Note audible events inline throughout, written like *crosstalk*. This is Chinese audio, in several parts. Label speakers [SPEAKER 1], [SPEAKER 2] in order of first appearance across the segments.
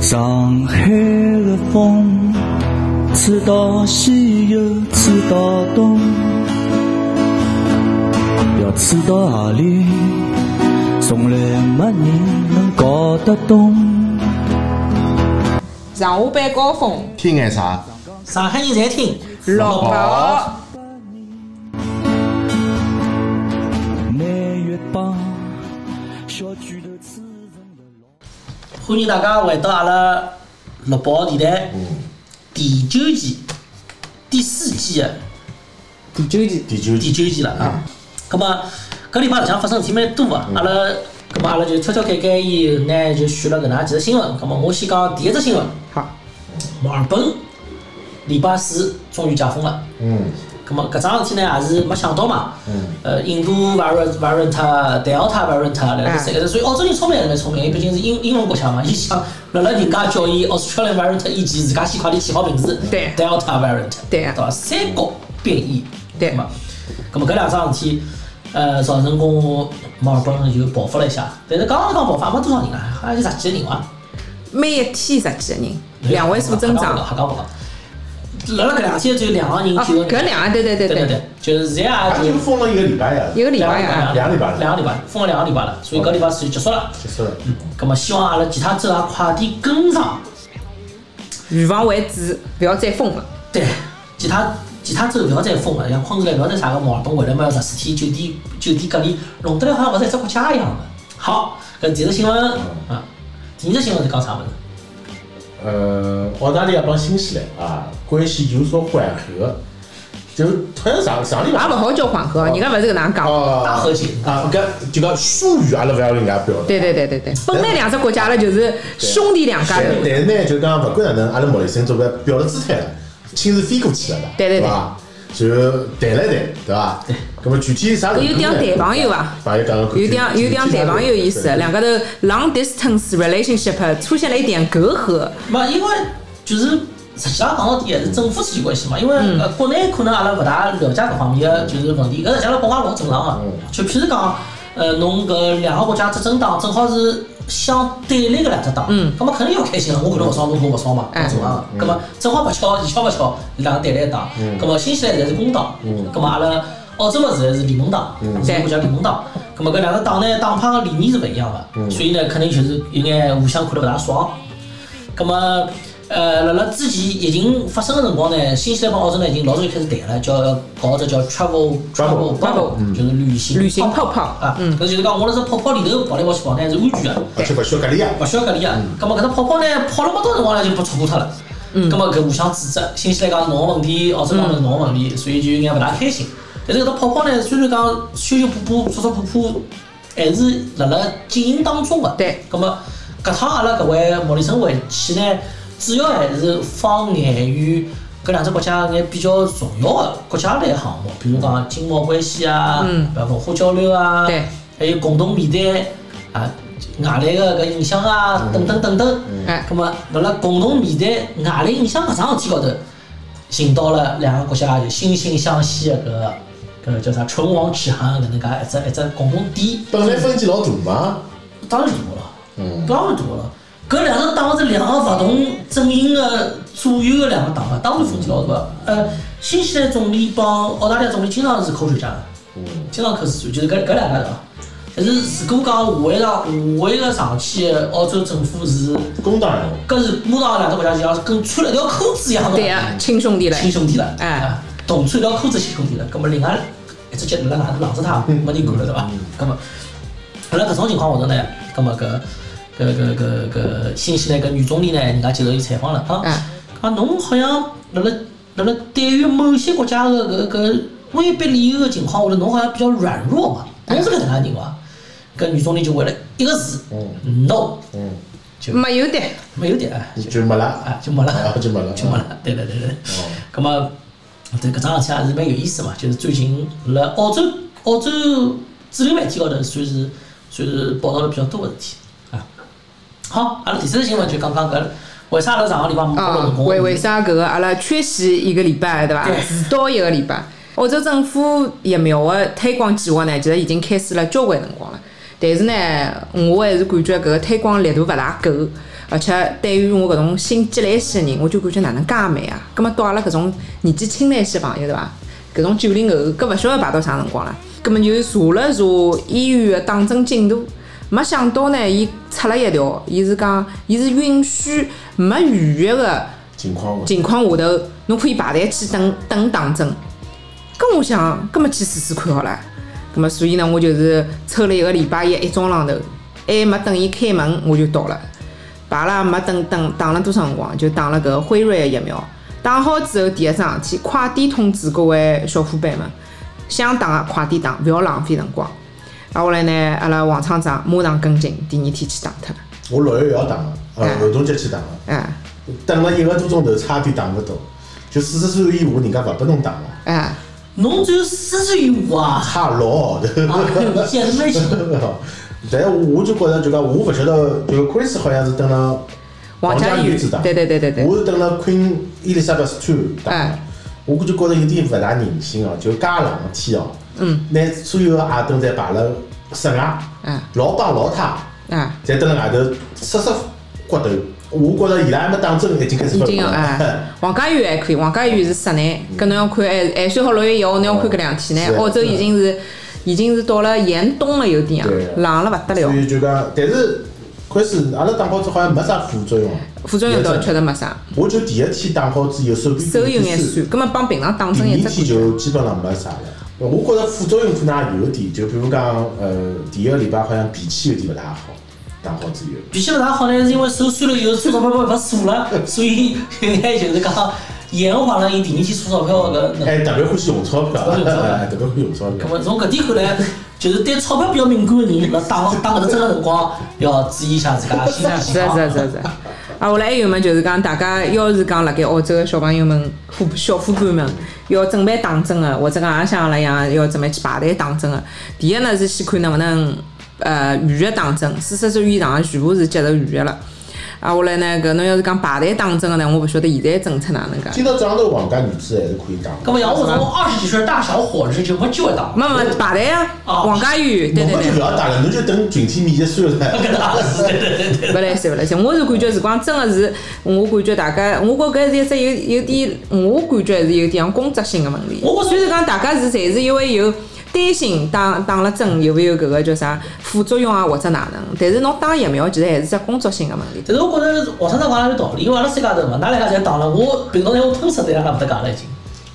[SPEAKER 1] 上海的风，吹到西又吹到东，要吹到何里，从来没人能搞得懂。
[SPEAKER 2] 上下班高峰，
[SPEAKER 3] 听眼啥？
[SPEAKER 4] 上海人侪听，
[SPEAKER 2] 六
[SPEAKER 3] 老
[SPEAKER 2] 婆
[SPEAKER 1] 南粤帮，小拳头刺成个老。
[SPEAKER 4] 欢迎大家回到阿拉六宝电台第九季第四季的
[SPEAKER 2] 第九集，
[SPEAKER 3] 第九季
[SPEAKER 4] 第九季了啊。咁么，搿礼拜实际上发生事体蛮多啊。阿拉咁么阿拉就挑挑拣拣以后呢，就选了搿能介几只新闻。咁么我先讲第一只新闻，
[SPEAKER 2] 好，
[SPEAKER 4] 墨尔本礼拜四终于解封了。
[SPEAKER 3] 嗯
[SPEAKER 4] 咁么搿桩事体呢，也是没想到嘛。
[SPEAKER 3] 嗯，
[SPEAKER 4] 呃，印度 variant variant Delta variant 来
[SPEAKER 2] 嗯
[SPEAKER 4] 个三个，所以澳洲人聪明还是蛮聪明，伊毕竟是英英文国家嘛，伊 *laughs* 想辣辣人家叫伊 Australian variant 以前，自家先快点起好名字
[SPEAKER 2] 对
[SPEAKER 4] ，Delta variant，
[SPEAKER 2] 对
[SPEAKER 4] 对伐？三国变异，
[SPEAKER 2] 对
[SPEAKER 4] 嘛？咁啊么搿两桩事体，呃，造成公墨尔本就爆发了一下，但是刚刚讲爆发没多少人啊，好像就十几个人伐？
[SPEAKER 2] 每一天十几个人，两位数增长。
[SPEAKER 4] 瞎讲勿好。辣辣搿两天只有两个人
[SPEAKER 2] 哦，
[SPEAKER 4] 体
[SPEAKER 2] 搿两个对对对
[SPEAKER 4] 对对，就是现在
[SPEAKER 3] 他
[SPEAKER 4] 也
[SPEAKER 3] 就
[SPEAKER 4] 就。
[SPEAKER 3] 封了一个礼拜啊呀，
[SPEAKER 2] 一个礼拜啊
[SPEAKER 4] 两
[SPEAKER 2] 呀，
[SPEAKER 3] 两个礼拜了
[SPEAKER 4] 两个礼拜，封了两个礼拜了，所以搿礼拜四就结束了。
[SPEAKER 3] 结束了。
[SPEAKER 4] 咁么希望阿拉其他州也快点跟上。
[SPEAKER 2] 预防为主，不要再封了。
[SPEAKER 4] 对，其他其他州勿要再封了，像昆士兰勿要再啥个毛东回来嘛，要十四天酒店酒店隔离，弄得来好像勿是一只国家一样的。好，搿第一只新闻
[SPEAKER 3] 嗯
[SPEAKER 4] 啊，第二只新闻是讲啥物事？
[SPEAKER 3] 呃，澳大利亚帮新西兰啊，关系有所缓和，就好像上上礼
[SPEAKER 2] 也
[SPEAKER 3] 拜
[SPEAKER 2] 勿好叫缓和，人家勿是搿能介讲。
[SPEAKER 3] 哦
[SPEAKER 4] 大和解
[SPEAKER 3] 啊，搿就讲术语阿拉勿要跟人家表达。
[SPEAKER 2] 对对对对对，本来两只国家阿拉就是兄弟两家
[SPEAKER 3] 但
[SPEAKER 2] 头。
[SPEAKER 3] 但是呢，就讲勿管哪能，阿拉莫里森作为表了姿态了，亲自飞过去了的，
[SPEAKER 2] 对对对
[SPEAKER 3] 伐？就谈了谈，对伐？那么具体啥程度呢？
[SPEAKER 2] 有点谈朋友啊
[SPEAKER 3] 朋友讲讲看
[SPEAKER 2] 有点有点谈朋友意思，两个头 long distance relationship 出现了一点隔阂，
[SPEAKER 4] 没，因为就是实际上讲到底还是政府之间关系嘛，因为、
[SPEAKER 2] 嗯
[SPEAKER 4] 呃国内可能阿拉勿大了解搿方面的就是问题，搿实际上辣国外老正常啊
[SPEAKER 3] 嗯。
[SPEAKER 4] 就譬如讲，呃，侬搿两个国家执政党正好是相对立个两只党，
[SPEAKER 2] 嗯
[SPEAKER 4] 葛末肯定要开心了，我可能勿爽，侬可能勿爽嘛，
[SPEAKER 2] 哎
[SPEAKER 4] 正常啊。葛末正好勿巧，你巧勿巧，两个对立一党，
[SPEAKER 2] 嗯
[SPEAKER 4] 葛末新西兰侪是工党，葛末阿拉澳洲嘛是是联盟党，
[SPEAKER 2] 嗯
[SPEAKER 4] 是一个国家联盟党。葛末搿两个党呢，党派个理念是勿一样
[SPEAKER 2] 嗯
[SPEAKER 4] 的，所以呢，肯定就是有眼互相看得勿大爽。咁么，呃，辣辣之前疫情发生个辰光呢，新西兰帮澳洲呢已经老早就开始谈了，叫搞只叫 travel
[SPEAKER 3] Bubble
[SPEAKER 4] bubble，就是旅行
[SPEAKER 2] 旅行
[SPEAKER 4] 泡
[SPEAKER 2] 泡泡
[SPEAKER 4] 啊，搿就是讲我辣只泡泡里头跑来跑去跑呢是安全个。
[SPEAKER 3] 而且勿需要隔离啊。
[SPEAKER 4] 勿需要隔离啊。
[SPEAKER 2] 嗯
[SPEAKER 4] 咁么搿只泡泡呢，泡了没多辰光呢，就被戳破脱了。
[SPEAKER 2] 嗯
[SPEAKER 4] 咁么搿互相指责，新西兰讲侬个问题，澳洲讲是侬个问题，所以就有眼勿大开心。但是搿只泡泡呢，虽然讲修修补补、戳戳破破，还是辣辣经营当中个。
[SPEAKER 2] 对。
[SPEAKER 4] 咁么搿趟阿拉搿位莫里森回去呢，主要还是放眼于。搿两只国家眼比较重要个国家类项目，比如讲经贸关系啊，
[SPEAKER 2] 嗯
[SPEAKER 4] 比如文化交流啊，
[SPEAKER 2] 对
[SPEAKER 4] 还有共同面对啊外来个搿影响啊，等等等等。
[SPEAKER 2] 哎
[SPEAKER 4] 咁么辣辣共同面对外来影响搿桩事体高头，寻到了两个国家就惺惺相惜的搿搿叫啥唇亡齿寒搿能介一只一只共同点，
[SPEAKER 3] 本来分歧老大嘛，
[SPEAKER 4] 当然大了，当然大了。搿两个党是两个勿同阵营的左右的两个党嘛，当然分歧老大。呃，新西兰总理帮澳大利亚总理经常是口水战的。经常口水战，就是搿搿两个人。但是如果讲下一场下一个上去的澳洲政府是，
[SPEAKER 3] 工党人物。
[SPEAKER 4] 搿是马上两只国家就像跟穿了一条裤子一样的
[SPEAKER 2] 对呀，亲兄弟了。
[SPEAKER 4] 亲兄弟了，
[SPEAKER 2] 哎
[SPEAKER 4] 啊，同穿一条裤子亲兄弟了。葛末另外一只脚辣辣外头晾着他，没人管了对伐？
[SPEAKER 2] 嗯
[SPEAKER 4] 葛末辣辣搿种情况下头呢，葛末搿搿搿搿搿新西兰搿女总理呢，人家接受伊采访了，
[SPEAKER 2] 嗯
[SPEAKER 4] 啊，讲侬好像辣辣辣辣对于某些国家的搿搿威逼利诱的情况下头，侬好像比较软弱嘛，
[SPEAKER 2] 嗯
[SPEAKER 4] 侬是搿能介人伐？搿女总理就回了一个字，no，
[SPEAKER 2] 嗯
[SPEAKER 3] 嗯
[SPEAKER 2] 没有的，
[SPEAKER 4] 没有点啊。
[SPEAKER 3] 就没了，
[SPEAKER 4] 啊，就没了
[SPEAKER 3] 啊，哦就没了
[SPEAKER 4] 就没了。对了，对了。咁么，对搿桩事体也是蛮有意思嘛，就是最近辣澳洲澳洲主流媒体高头算是算是报道了比较多个事体啊。好，阿拉第三个新闻就讲讲搿为啥阿拉上个礼拜没报
[SPEAKER 2] 啊
[SPEAKER 4] 了公，
[SPEAKER 2] 为为啥搿个阿拉缺席一个礼拜，对伐？
[SPEAKER 4] 对
[SPEAKER 2] 迟到一个礼拜。澳洲政府疫苗的推广计划呢，其实已经开始了交关辰光了。但是呢，我还是感觉搿个推广力度勿大够，而且对于我搿种新进来些人，我就感觉哪能介慢啊？葛末到阿拉搿种年纪轻一些朋友对伐？搿种九零后，搿勿晓得排到啥辰光了。葛末就查了查医院个打针进度，没想到呢，伊出了一条，伊是讲伊是允许没预约个
[SPEAKER 3] 情况嘛，
[SPEAKER 2] 情况下头，侬可以排队去等等打针。咁我想，咁么去试试看好了。咁么，所以呢，我就是抽了一个礼拜一一早浪头，还没等伊开门，我就到了。排了也没等等打了多少辰光，就打了搿辉瑞的疫苗。打好之后，第一桩事体，快点通知各位小伙伴们，想打个快点打，勿要浪费辰光。啊，后来呢，阿拉王厂长马上跟进，第二天去打脱了。
[SPEAKER 3] 我六一要打了，呃，
[SPEAKER 2] 哎
[SPEAKER 3] 活动节去打了，
[SPEAKER 2] 哎
[SPEAKER 3] 等了一个多钟头，差点打勿到。就四十岁以下，人家勿拨侬打了，
[SPEAKER 2] 哎，
[SPEAKER 4] 侬只有四十以下 *laughs* 啊，
[SPEAKER 3] 差六个号头。
[SPEAKER 4] 啊，你简直蛮行。
[SPEAKER 3] 但是我就觉着就讲，我勿晓得，就是 Chris 好像是登了
[SPEAKER 2] 王
[SPEAKER 3] 家
[SPEAKER 2] 家
[SPEAKER 3] 女
[SPEAKER 2] 女
[SPEAKER 3] 子打，
[SPEAKER 2] 对对对对对
[SPEAKER 3] 我是登了 Queen Elizabeth Two 打的
[SPEAKER 2] 哎，
[SPEAKER 3] 我就觉着有点勿大人性哦，就介冷个天哦，
[SPEAKER 2] 嗯，
[SPEAKER 3] 拿所有个阿登侪排了室外
[SPEAKER 2] 嗯，
[SPEAKER 3] 老帮老太
[SPEAKER 2] 哎。
[SPEAKER 3] 侪蹲辣外头瑟瑟骨头，我觉着伊拉还没打针已经开始
[SPEAKER 2] 已
[SPEAKER 3] 发
[SPEAKER 2] 经
[SPEAKER 3] *laughs*
[SPEAKER 2] 有
[SPEAKER 3] 觉
[SPEAKER 2] 哎
[SPEAKER 3] 了，，
[SPEAKER 2] 王家院还可以，王家院是室内，搿侬要看哎哎，算好六月一号，侬要看搿两天
[SPEAKER 3] 嗯是啊
[SPEAKER 2] 呢。澳洲
[SPEAKER 3] 是
[SPEAKER 2] 已经是已经是到了严冬了，有点啊
[SPEAKER 3] 对，
[SPEAKER 2] 冷了勿得
[SPEAKER 3] 所
[SPEAKER 2] 了，
[SPEAKER 3] 以就讲，但是 Chris 阿拉打好之后好像没啥副作用，
[SPEAKER 2] 副作用倒确实没啥，
[SPEAKER 3] 我就第一天打好之后手臂
[SPEAKER 2] 手有眼酸，葛末帮平常打
[SPEAKER 3] 第
[SPEAKER 2] 针一
[SPEAKER 3] 二
[SPEAKER 2] 只感
[SPEAKER 3] 天
[SPEAKER 2] 觉。
[SPEAKER 3] 就基本上没啥了。我觉着副作用可能也有点，就比如讲，呃，第一个礼拜好像脾气有点不大好，打好之后，
[SPEAKER 4] 脾气勿大好呢，是因为手酸了以后搓钞票没法数了，所以 *laughs* 有眼就是讲延缓了伊第二天搓钞票的搿能力。
[SPEAKER 3] 哎，特别欢喜用钞票，
[SPEAKER 4] 特别用钞票
[SPEAKER 3] *laughs* 哎特别欢喜用钞
[SPEAKER 4] 那
[SPEAKER 3] 票。
[SPEAKER 4] 么从搿点看来，就是对钞票比较敏感的人，辣打打搿只针的辰光要注意一下自家心理
[SPEAKER 2] 是
[SPEAKER 4] 健
[SPEAKER 2] 是啊是
[SPEAKER 4] 康。
[SPEAKER 2] 是是。啊，后来还有么，就是讲大家要是讲辣盖澳洲个小朋友们、伙小伙伴们要准备打针个，或者讲也像阿拉一样要准备去排队打针个，第一呢是先看能勿能呃预约打针，四十岁以上的全部是接受预约了。啊，后来呢，搿侬要是讲排队打针个呢，我勿晓得现在政策哪能介。
[SPEAKER 3] 今朝早上头王家女子还是可以打，
[SPEAKER 4] 那么像我这种二十几岁的大小伙子就没机会打。
[SPEAKER 2] 没没排队啊，
[SPEAKER 4] 哦
[SPEAKER 2] 王家园，对
[SPEAKER 3] 侬
[SPEAKER 2] 对
[SPEAKER 3] 们就
[SPEAKER 2] 对
[SPEAKER 3] 不。要打了，侬就等群体免疫算了。
[SPEAKER 2] 勿来塞，勿来塞。我是感觉辰光真个是，我感觉大家，我觉搿是一只有有点，我感觉还是有点像攻击性个问题。
[SPEAKER 4] 我
[SPEAKER 2] 虽然讲大家是侪是因为有担心打打了针有勿有搿个叫啥副作用啊或者哪能，但是侬打疫苗其实还是只工作性个问题。
[SPEAKER 4] 但是我觉着学生长讲也有道理，因为阿拉三家头嘛，㑚两家侪打了，我平常在我喷死对阿拉勿得讲了已经。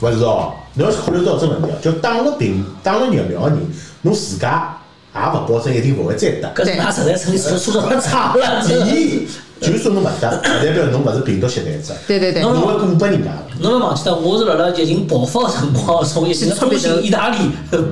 [SPEAKER 3] 勿是哦，侬要是考虑到这问题哦，就打了病、打了疫苗的人，侬自家也勿保证一定勿会再打。
[SPEAKER 4] 搿是㑚实在成成数太差了。
[SPEAKER 3] 第一，就算侬勿打，勿代表侬勿是病毒携带者，
[SPEAKER 2] 对对对，
[SPEAKER 4] 侬
[SPEAKER 3] 侬会过拨人家的。
[SPEAKER 4] 侬勿忘记掉，我是辣辣疫情爆发个辰光，从疫情中心意大利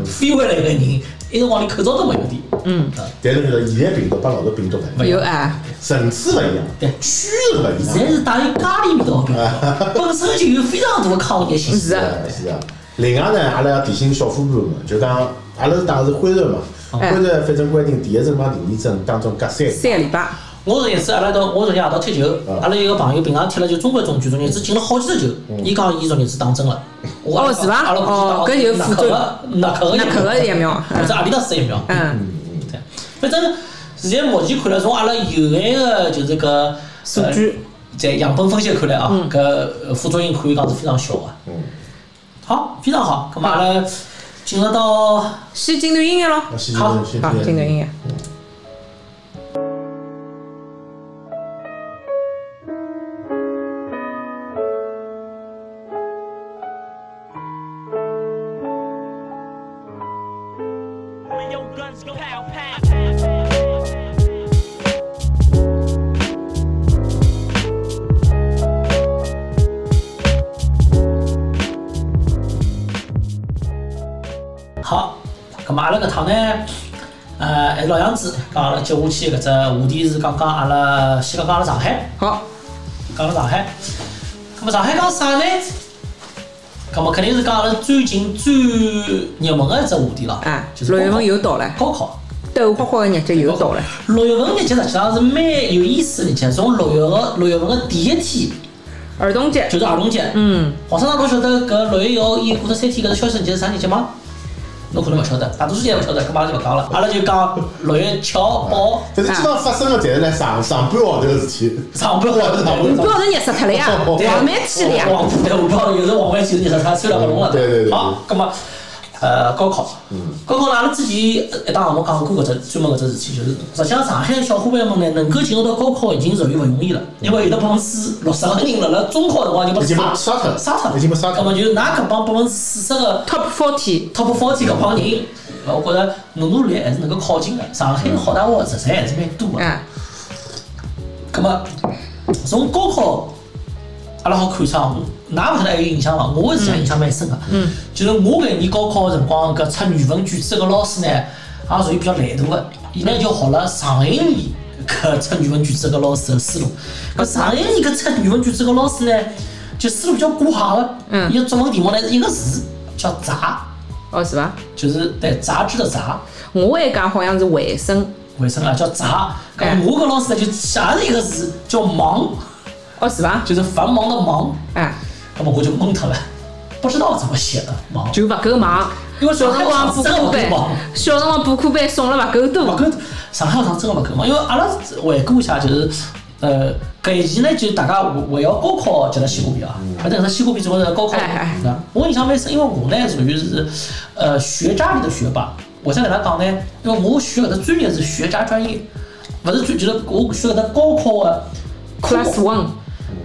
[SPEAKER 4] 飞回来个人，一直往里口罩都没有的。啊
[SPEAKER 2] 嗯，
[SPEAKER 3] 但是侬晓得，现在病毒帮老早病毒勿一样，
[SPEAKER 2] 有哎，
[SPEAKER 3] 层次勿一样，
[SPEAKER 4] 对
[SPEAKER 3] 趋势勿一
[SPEAKER 4] 侪
[SPEAKER 3] 样，
[SPEAKER 4] 是带有咖喱味道的， *laughs* 本身就有非常大的抗疫性。
[SPEAKER 2] 是的
[SPEAKER 3] 哎是啊。另外呢，阿拉要提醒小伙伴们，就讲阿拉是打的是辉瑞嘛，辉
[SPEAKER 2] 哎
[SPEAKER 3] 瑞反正规定第一针帮第二针当中隔三
[SPEAKER 2] 三个礼拜，
[SPEAKER 4] 我有一次，阿拉到我昨天夜到踢球，阿拉有一个朋友平常踢了就中国中区，昨日子进了好几只球。伊讲伊昨日子打针了。我
[SPEAKER 2] 哦是吧
[SPEAKER 4] 阿拉
[SPEAKER 2] 哦
[SPEAKER 4] 搿
[SPEAKER 2] 搿就
[SPEAKER 4] 纳
[SPEAKER 2] 辅
[SPEAKER 4] 克
[SPEAKER 2] 助
[SPEAKER 4] 个纳克个
[SPEAKER 2] 那搿个疫苗，
[SPEAKER 4] 或者
[SPEAKER 2] 嗯
[SPEAKER 4] 阿里达斯疫苗。
[SPEAKER 2] 嗯，
[SPEAKER 4] 对反正现在目前看来，从阿拉有眼个就是搿呃
[SPEAKER 2] 数据
[SPEAKER 4] 在样本分析看来啊，
[SPEAKER 2] 嗯
[SPEAKER 4] 搿呃副作用可以讲是非常小个。
[SPEAKER 3] 嗯，
[SPEAKER 4] 好，非常好。咁么阿拉进入到
[SPEAKER 2] 先进段音乐咯，
[SPEAKER 3] 那啊是
[SPEAKER 4] 好
[SPEAKER 3] 是
[SPEAKER 2] 好，进段音乐。
[SPEAKER 5] when your guns go pow pow. pow.
[SPEAKER 4] 好，咁么阿拉搿趟呢，呃，还是老样子，讲阿拉接下去搿只话题是讲讲阿拉先讲讲阿拉上海，
[SPEAKER 2] 好，
[SPEAKER 4] 讲了上海。咁么上海讲啥呢？咁么肯定是讲阿拉最近最热门个一只话题了，
[SPEAKER 2] 哎
[SPEAKER 4] 就，是
[SPEAKER 2] 六月份
[SPEAKER 4] 高
[SPEAKER 2] 又到了，
[SPEAKER 4] 考。高考
[SPEAKER 2] 豆花花的日节又到了，
[SPEAKER 4] 六月份日节实际上是蛮有意思的日节，从六月个六月份个第一天
[SPEAKER 2] 儿童节，
[SPEAKER 4] 就是儿童节。
[SPEAKER 2] 嗯，
[SPEAKER 4] 黄厂长，侬晓得搿六月一号伊过脱三天搿只消息日节是啥日节吗？侬可能勿晓得，大多数人也勿晓得，搿嘛就勿讲了。阿拉就讲六一巧宝
[SPEAKER 3] 但是基本上发生的侪是在上上半号头的事体。
[SPEAKER 4] 上班
[SPEAKER 3] 哇这哪会
[SPEAKER 2] 标准热死脱了呀，黄梅天了
[SPEAKER 4] *laughs*
[SPEAKER 2] 呀，
[SPEAKER 4] 黄埔对，我不有时候黄梅其实他穿了不拢了。
[SPEAKER 3] 对对对嗯
[SPEAKER 4] 啊好，咁么，呃，高考，高考呢，阿拉之前一档我讲过搿只专门搿只事体，就是实际上上海的小伙伴们呢，能够进入到高考已经属于勿容易了，因为有的百分之六十个人辣辣中考辰光就
[SPEAKER 3] 嗯已
[SPEAKER 4] 被
[SPEAKER 3] 经被
[SPEAKER 4] 杀
[SPEAKER 3] 杀脱了
[SPEAKER 4] 杀脱了，
[SPEAKER 3] 已经被杀脱
[SPEAKER 4] 咁
[SPEAKER 3] 了
[SPEAKER 4] 么就是㑚搿帮百分之四十个
[SPEAKER 2] top forty，
[SPEAKER 4] top forty 搿帮人，我觉着努努力还是能够考进的。上海的好大学实在还是蛮多的。
[SPEAKER 2] 嗯，
[SPEAKER 4] 咁么从高考阿拉好看上，㑚勿晓得还有印象伐？我实际上印象蛮深个，嗯，就是我搿年高考个辰光，搿出语文卷子搿老师呢，也属于比较懒惰个，伊呢就学了上一年搿出语文卷子搿老师个思路。搿上一年搿出语文卷子搿老师呢，就思路比较固化个，
[SPEAKER 2] 嗯
[SPEAKER 4] 伊个作文题目呢是一个字叫“杂
[SPEAKER 2] 哦是伐？”，
[SPEAKER 4] 就是对杂质的“杂”。
[SPEAKER 2] 我还讲好像是卫生，
[SPEAKER 4] 为啥啊？叫杂，搿
[SPEAKER 2] 嗯
[SPEAKER 4] 我搿老师呢就写了一个字叫忙，
[SPEAKER 2] 哦是伐？
[SPEAKER 4] 就是繁忙的忙。
[SPEAKER 2] 哎，
[SPEAKER 4] 那么我就蒙他了，不知道怎么写的忙。
[SPEAKER 2] 就勿够忙，
[SPEAKER 4] 因为
[SPEAKER 2] 小啊
[SPEAKER 4] 小
[SPEAKER 2] 辰光补
[SPEAKER 4] 辰光补
[SPEAKER 2] 课
[SPEAKER 4] 课
[SPEAKER 2] 班
[SPEAKER 4] 班，
[SPEAKER 2] 小啊辰光补课班送了勿够
[SPEAKER 4] 勿
[SPEAKER 2] 多，
[SPEAKER 4] 跟上海学堂真的勿跟嘛，因为阿拉回顾一下，就是呃，搿一期呢，就大家围围绕高考集了西瓜皮啊，反正搿西瓜皮总归是高考
[SPEAKER 2] 哎哎哎。
[SPEAKER 4] 那我印象蛮深，因为我呢属于是呃学渣里的学霸。为啥搿能讲呢？因为我学搿只专业是学渣专业，勿是专，就是我学搿只高考的科
[SPEAKER 2] plus one，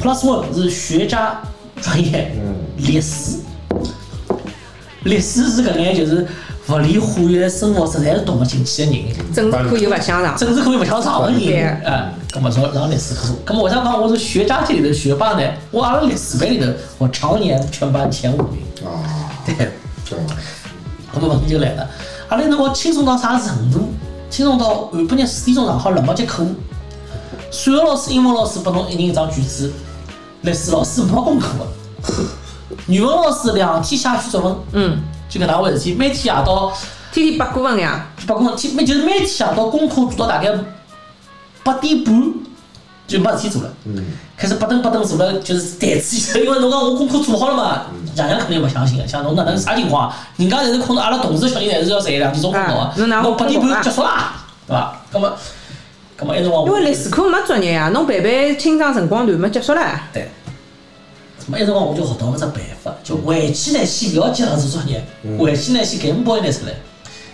[SPEAKER 4] Plus One 是学渣专业，历史，历史是搿眼就是物理、化学、生物实在是读勿进去的人，
[SPEAKER 2] 政治课又勿想上，
[SPEAKER 4] 啊政治课又勿想上的
[SPEAKER 2] 对
[SPEAKER 4] 人，哎，搿么上上历史课。搿么为啥讲我是学渣界里的学霸呢？我阿拉历史班里头，我常年全班前五名。
[SPEAKER 3] 啊，
[SPEAKER 4] 对，
[SPEAKER 3] 这样
[SPEAKER 4] 搿么问题就来了，阿拉那光轻松到啥程度？轻松到下半日四点钟上好六毛节课，数学老师、英文老师拨侬一人一张卷子，历史老师没功课 *laughs* 的，语文老师两天写篇作文，
[SPEAKER 2] 嗯，
[SPEAKER 4] 就搿能回事体，每天夜到
[SPEAKER 2] 天天八股文呀，
[SPEAKER 4] 八公天，每就是每天夜到功课做到大概八点半就没事体做了，
[SPEAKER 3] 嗯
[SPEAKER 4] 开始拨登拨登做了，就是台子，因为侬讲我功课做好了嘛，爷娘肯定勿相信的，啊像侬哪能啥情况啊？人家侪是困到阿拉同事小人侪是要侪两点钟困觉
[SPEAKER 2] 啊侬哪
[SPEAKER 4] 的，
[SPEAKER 2] 能
[SPEAKER 4] 侬八点
[SPEAKER 2] 困觉啊
[SPEAKER 4] 半结束啦，对伐？葛么葛么一辰光我，
[SPEAKER 2] 因为历史课没作业呀，侬背背清爽辰光段没结束了，
[SPEAKER 4] 对，那么一辰光我就学到了只办法，就回去呢先勿要接上做作业，回去呢先搿一包拿出来，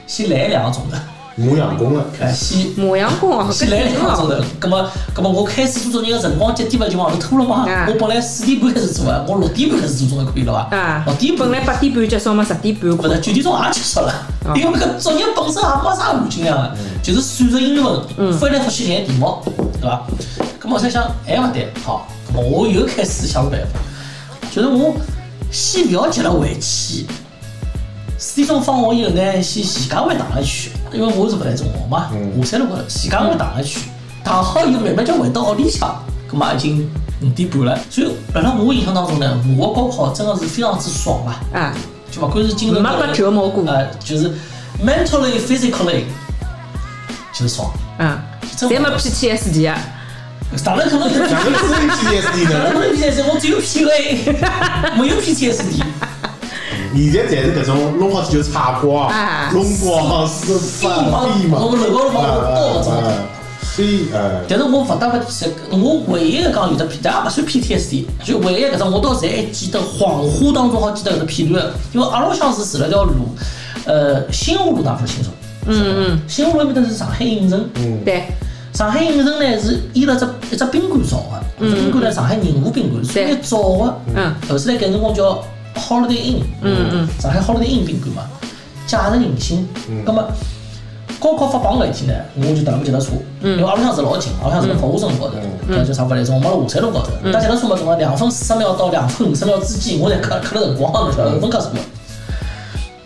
[SPEAKER 4] 先来两个钟头，
[SPEAKER 3] 磨洋工了，
[SPEAKER 4] 哎，先。
[SPEAKER 2] 磨洋工
[SPEAKER 4] *laughs*
[SPEAKER 2] 哦，搿
[SPEAKER 4] 先来
[SPEAKER 2] 挺
[SPEAKER 4] 两个钟
[SPEAKER 2] 好
[SPEAKER 4] 头，，葛么，葛么我开始做作业个辰光节点勿就往后拖了嘛
[SPEAKER 2] 啊？
[SPEAKER 4] 我本来四点半开始做个，我六点半开始做总归可以了伐
[SPEAKER 2] 啊？
[SPEAKER 4] 六，点
[SPEAKER 2] 本
[SPEAKER 4] 半
[SPEAKER 2] 来八点半结束嘛，十点半
[SPEAKER 4] 勿
[SPEAKER 2] 课
[SPEAKER 4] 是，九点钟也结束了，因为搿作业本身也没啥含金量个，就是算术、英文，翻来覆去眼题目，对伐？咁我在想，还勿对，好，咁我又开始想办法，就是我先了解了回去，四点钟放学以后呢，先全家会打了去，因为我是勿来中学嘛，下山路高头全家会打了去，打好以后慢慢就回到屋里向，咁嘛已经五点半了，所以辣辣我印象当中呢，我高考真的是非常之爽啊！
[SPEAKER 2] 啊，
[SPEAKER 4] 就勿管是精神
[SPEAKER 2] 没被折磨过
[SPEAKER 4] 呃，就是 mentally physically 就是爽。
[SPEAKER 2] 嗯，
[SPEAKER 4] 真
[SPEAKER 2] 侪没 PTSD 啊，
[SPEAKER 4] 当然可
[SPEAKER 3] *laughs*
[SPEAKER 4] 能是，
[SPEAKER 3] 哪能自己 PTSD
[SPEAKER 4] 当然
[SPEAKER 3] 呢
[SPEAKER 4] 可？能 PTSD，我只有 PUA，没有 *laughs* PTSD。
[SPEAKER 3] 现在侪是搿种弄好去就擦光
[SPEAKER 2] 啊，
[SPEAKER 3] 弄光是
[SPEAKER 4] 硬
[SPEAKER 3] 发
[SPEAKER 4] 嘛
[SPEAKER 3] 力嘛，
[SPEAKER 4] 弄了弄了弄了
[SPEAKER 3] 啊
[SPEAKER 4] 弄了
[SPEAKER 3] 啊所以呃，
[SPEAKER 4] 但是我勿搭勿起，我唯一个讲有的 P，但也勿算 PTSD，就唯一搿种我到现在还记得，恍惚当中好记得搿只片段，因为阿拉乡是住了条路，呃，新华路大家清楚，
[SPEAKER 2] 嗯嗯，
[SPEAKER 4] 新华路埃面搭是上海影城，
[SPEAKER 2] 对，
[SPEAKER 4] 上海影城呢是依了只一只宾馆造的，这宾馆呢上海宁湖宾馆，所以造的。
[SPEAKER 2] 嗯
[SPEAKER 4] 后头来搿辰光叫 Holiday Inn，
[SPEAKER 2] 嗯嗯，
[SPEAKER 4] 上海 Holiday Inn 宾馆嘛，价值人心。那么高考发榜搿一天呢，我就特别脚踏车，
[SPEAKER 2] 嗯
[SPEAKER 4] 因为阿拉乡是老近，阿拉乡是辣服务生高头，搿就啥勿来从我们辣华山路高头，
[SPEAKER 2] 嗯
[SPEAKER 4] 搭脚踏车嘛，从两分四十秒到两分五十秒之间，我侪磕磕了辰光，侬晓得分割辰光。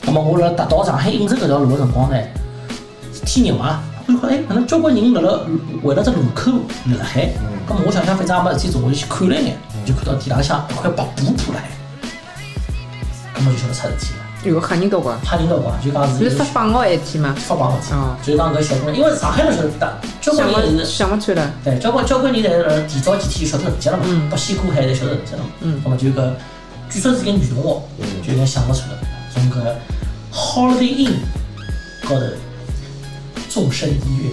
[SPEAKER 4] 那么我辣达到上海影城搿条路个辰光呢，天热嘛，我就觉得哎，可能交关人辣辣围了只路口立辣海，咁我想想反正也没事体做，我就去看了一眼，就看到地浪向一块白布铺辣海，咁我就晓得出事体了，
[SPEAKER 2] 哟吓人交关，
[SPEAKER 4] 吓人到光，就讲
[SPEAKER 2] 是
[SPEAKER 4] 是
[SPEAKER 2] 发榜号一天嘛，
[SPEAKER 4] 发榜事体
[SPEAKER 2] 哦，
[SPEAKER 4] 就是讲搿小姑娘，因为上海人晓得，交关
[SPEAKER 2] 想
[SPEAKER 4] 人
[SPEAKER 2] 勿
[SPEAKER 4] 是。
[SPEAKER 2] 想勿穿了，
[SPEAKER 4] 对，哎交关交关人侪是呃提早几天就晓得事体了嘛，北西过海侪晓得事哦体了嘛。嗯，那么就搿，据说是一个女同学，就有点想勿出来，从搿 Holiday Inn 高头，众生医院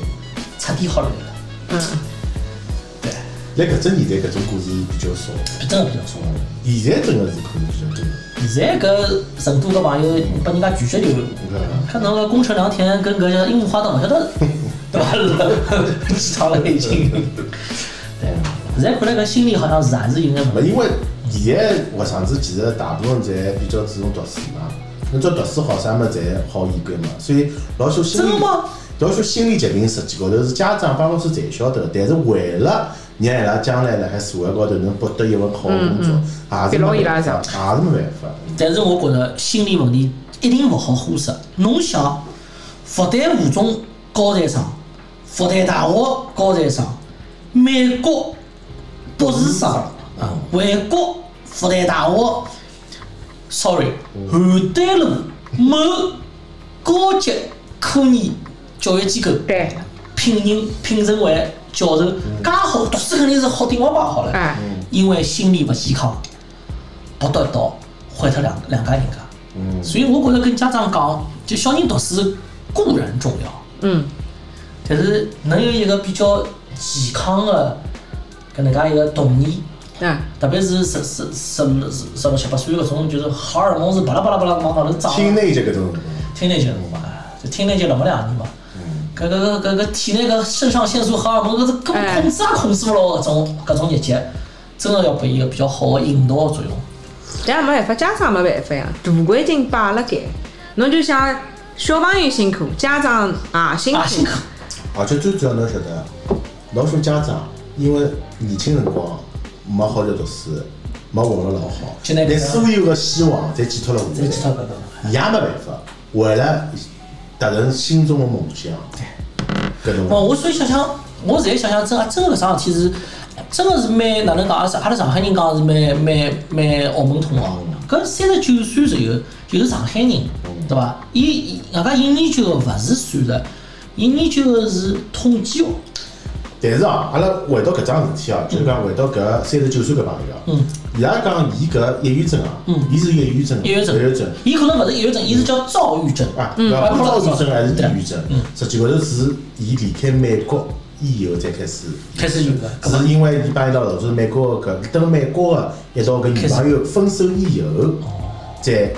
[SPEAKER 4] 彻底好了了。
[SPEAKER 2] 嗯，
[SPEAKER 4] 对，
[SPEAKER 3] 辣搿只年代搿种故事比较少，
[SPEAKER 4] 比真的比较少。
[SPEAKER 3] 现在真个是可能比较多。
[SPEAKER 4] 现在搿成都搿朋友把人家拒绝就，看侬搿宫城良田跟搿樱木花道勿晓得对 *laughs* 伐？几趟了已经。对，现在看来搿心理好像是还是有眼问
[SPEAKER 3] 没，
[SPEAKER 4] 题。
[SPEAKER 3] 因为现在学生子其实大部分侪比较注重读书嘛，侬叫读书好，啥物事侪好掩盖嘛，所以老许心理
[SPEAKER 4] 真的吗，
[SPEAKER 3] 老许心理疾病实际高头是家长帮老师侪晓得的，但是为了让伊拉将来辣海社会高头能博得一份好的工作，
[SPEAKER 4] 嗯
[SPEAKER 3] 还是
[SPEAKER 2] 别老
[SPEAKER 3] 没
[SPEAKER 2] 依赖
[SPEAKER 3] 办法，
[SPEAKER 2] 上
[SPEAKER 3] 还是没办法。
[SPEAKER 4] 但是我觉着心理问题一定勿好忽视。侬想，复旦附中高材生，复旦大学高材生，美国博士生，啊，韩国复旦大学，sorry，邯郸路某高级科研教育机构
[SPEAKER 2] 对，
[SPEAKER 4] 聘任聘任为教授，介好读书肯定是好顶王棒好了。
[SPEAKER 2] 哎，
[SPEAKER 4] 因为心理不健康，读得到毁脱两两家人家。
[SPEAKER 3] 嗯
[SPEAKER 4] 所以我觉着跟家长讲，就小人读书固然重要，
[SPEAKER 2] 嗯，
[SPEAKER 4] 但是能有一个比较健康的搿能介一个童年，
[SPEAKER 2] 嗯，
[SPEAKER 4] 特别是十十十十十六七八岁搿种，就是荷尔蒙是巴拉巴拉巴拉往高头长的。啊
[SPEAKER 3] 听内这个东西，
[SPEAKER 4] 听内节目嘛，就听内节目两年嘛。搿搿搿搿体内搿肾上腺素、荷尔蒙搿是根本控制也控制勿牢搿种搿种日节，真的要拨伊一个比较好的引导的作用。
[SPEAKER 2] 但也没办法，家长没办法呀，啊大环境摆辣盖，侬就想小朋友辛苦，家长也辛
[SPEAKER 4] 啊，辛
[SPEAKER 2] 苦
[SPEAKER 4] 苦，，
[SPEAKER 3] 而且最主要侬晓得，老许家长因为年轻辰光没好好读书，没混了老好，
[SPEAKER 4] 就拿搿个
[SPEAKER 3] 但所有的希望侪寄托了下
[SPEAKER 4] 再
[SPEAKER 3] 头
[SPEAKER 4] 去。他搿个。
[SPEAKER 3] 也没办法，为了达成心中的梦想，搿
[SPEAKER 4] 哦，
[SPEAKER 3] 种
[SPEAKER 4] 我所以想想，我现在想想，真的真的搿桩事体是，真的是蛮哪能讲？阿拉阿拉上海人讲是蛮蛮蛮澳门通哦。搿三十九岁左右，就是上海人，对伐？伊伊外加伊研究的勿是算术，伊研究的是统计学。哦
[SPEAKER 3] 但是啊，阿拉回到搿桩事体啊，就是讲回到搿三十九岁搿朋友啊，
[SPEAKER 4] 嗯
[SPEAKER 3] 伊拉讲伊搿抑郁症啊，伊是有抑郁症，
[SPEAKER 4] 抑郁症
[SPEAKER 3] 抑郁症，
[SPEAKER 4] 伊可能勿是抑郁症，伊是叫躁郁症。
[SPEAKER 3] 啊，那不躁郁症还是抑郁症
[SPEAKER 4] 对嗯，
[SPEAKER 3] 实际高头是伊离开美国以后才开始。
[SPEAKER 4] 开始有个，搿
[SPEAKER 3] 是
[SPEAKER 4] 么
[SPEAKER 3] 因为伊帮伊拉老早美国搿跟美国个一道搿女朋友分手以后，
[SPEAKER 4] 哦
[SPEAKER 3] 再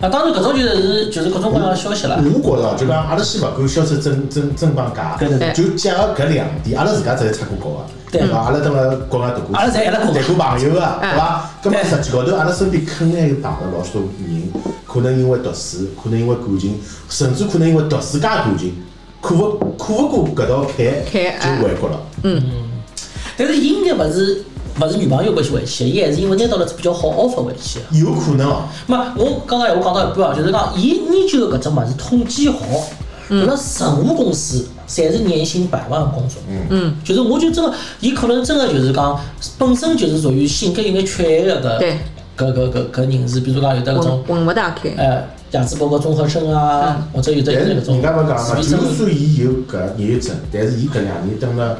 [SPEAKER 4] 啊，当然搿种就是就是各种各样的消息了。
[SPEAKER 3] 我觉着就讲，阿拉先勿管消息真真真帮假
[SPEAKER 4] 对对
[SPEAKER 2] 对，
[SPEAKER 3] 就结合搿两点，阿拉自家侪出过国个，
[SPEAKER 4] 对
[SPEAKER 3] 伐？阿拉蹲辣国外读过，
[SPEAKER 4] 阿拉侪一直过
[SPEAKER 3] 谈过朋友个，啊对伐？搿么
[SPEAKER 4] 对
[SPEAKER 3] 实际高头，阿拉身边肯定有碰着老许多人，可能因为读书，可能因为感情，甚至可能因为读书加感情，跨勿跨勿过搿道
[SPEAKER 2] 坎
[SPEAKER 3] 坎
[SPEAKER 2] 哎
[SPEAKER 3] 就回国了。
[SPEAKER 4] 嗯但是伊应该勿是勿是女朋友关系回去，伊还是因为拿到了比较好 offer 回去。
[SPEAKER 3] 有可能哦，
[SPEAKER 4] 没，我刚刚闲话讲到一半啊，就是讲伊研究的搿只物事统计学，辣辣任何公司侪是年薪百万的工作。嗯，就是我就真的，伊可能真的就是讲，本身就是属于性格有眼缺陷的
[SPEAKER 2] 对
[SPEAKER 4] 搿搿搿搿人士，比如讲有的搿种
[SPEAKER 2] 混。混勿大开，
[SPEAKER 4] 呃，杨志包括综合症啊，或者有的
[SPEAKER 3] 但
[SPEAKER 4] 有
[SPEAKER 3] 是
[SPEAKER 4] 的
[SPEAKER 3] 人
[SPEAKER 4] 搿种
[SPEAKER 3] 家勿讲嘛，
[SPEAKER 4] 自闭
[SPEAKER 3] 就
[SPEAKER 4] 症，
[SPEAKER 3] 算伊有搿抑郁症，但是伊搿两年蹲辣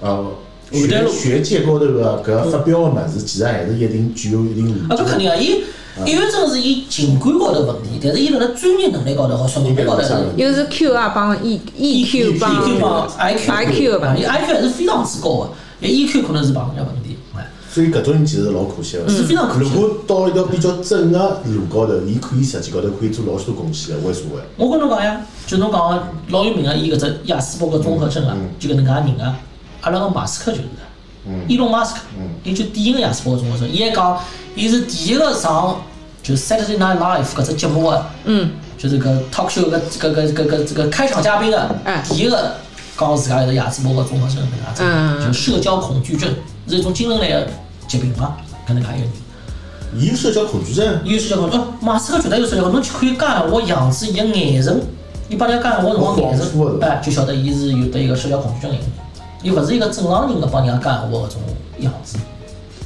[SPEAKER 3] 呃
[SPEAKER 4] 有的
[SPEAKER 3] 学学界高头个搿发表个物事，其实还是一定具有一定研
[SPEAKER 4] 啊，
[SPEAKER 3] 究
[SPEAKER 4] 搿肯定啊，伊抑郁症是伊情感高头问题，但是伊辣辣专业能力高头和学能力高头是
[SPEAKER 2] 又是 Q 啊帮 E E Q 帮
[SPEAKER 4] EQ 帮 IQ
[SPEAKER 2] IQ 帮
[SPEAKER 4] 伊 IQ 还是非常啊之高的，EQ E 可能是碰人家问题。哎
[SPEAKER 3] 所以搿种人其实老可惜个。
[SPEAKER 4] 是非常可惜
[SPEAKER 3] 如果到一条比较正个路高头，伊可以实际高头可以做老许多贡献个，为社会。
[SPEAKER 4] 我跟侬讲呀，就侬讲的老有名个伊搿只亚斯伯格综合症啊，就搿能介人啊，阿拉个马斯克就是
[SPEAKER 3] 嗯，
[SPEAKER 4] 伊隆马斯克，伊就典型个亚斯伯格综合症。伊还讲，伊是第一个上就 Saturday Night Live 搿只节目个，
[SPEAKER 2] 嗯，
[SPEAKER 4] 就是搿 talk show 搿搿搿搿搿这个开场嘉宾个
[SPEAKER 3] 嗯
[SPEAKER 2] 哎，
[SPEAKER 4] 第一个讲自家有个亚斯伯格综合症搿
[SPEAKER 2] 嗯
[SPEAKER 4] 能介症，就社交恐惧症，是一种精神类个疾病嘛，搿能介一个人。
[SPEAKER 3] 伊有社交恐惧症，
[SPEAKER 4] 有社交恐惧，哦马斯克绝对有社交恐惧。侬去看伊讲闲话样子，伊个眼神，伊帮人家讲闲话辰光眼
[SPEAKER 3] 我恍惚
[SPEAKER 4] 神，
[SPEAKER 3] 了
[SPEAKER 4] 哎，就晓得伊是有得一个社交恐惧症的人。伊勿是一个正常人个帮人家讲闲话搿种样子。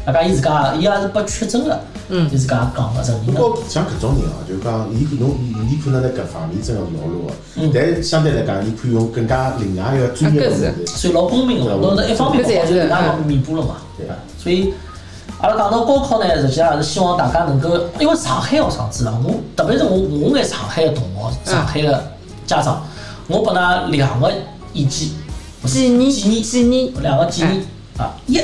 [SPEAKER 4] 外加伊自家，伊也是被确诊个，
[SPEAKER 3] 嗯
[SPEAKER 4] 伊自家讲勿承
[SPEAKER 3] 不
[SPEAKER 4] 认个。
[SPEAKER 3] 过像搿种人啊，就讲伊侬伊可能辣搿方面真个是老弱
[SPEAKER 4] 嗯
[SPEAKER 3] 个，但相对来讲，伊可以用更加另外一个专业个
[SPEAKER 2] 啊搿是
[SPEAKER 3] 目的。
[SPEAKER 4] 所以老公平个
[SPEAKER 3] 嗯
[SPEAKER 4] 嘛，侬是一方面嗯
[SPEAKER 2] 搿是
[SPEAKER 4] 好，
[SPEAKER 2] 也
[SPEAKER 4] 就是另外一方面弥补了嘛。
[SPEAKER 3] 对
[SPEAKER 4] 啊所以，阿拉讲到高考呢，实际上是希望大家能够，因为上海学生子啊，我特别是我我眼上海的同学，上海的家长，我拨㑚两个意见，
[SPEAKER 2] 建议
[SPEAKER 4] 建议
[SPEAKER 2] 建议，
[SPEAKER 4] 两个建议啊，一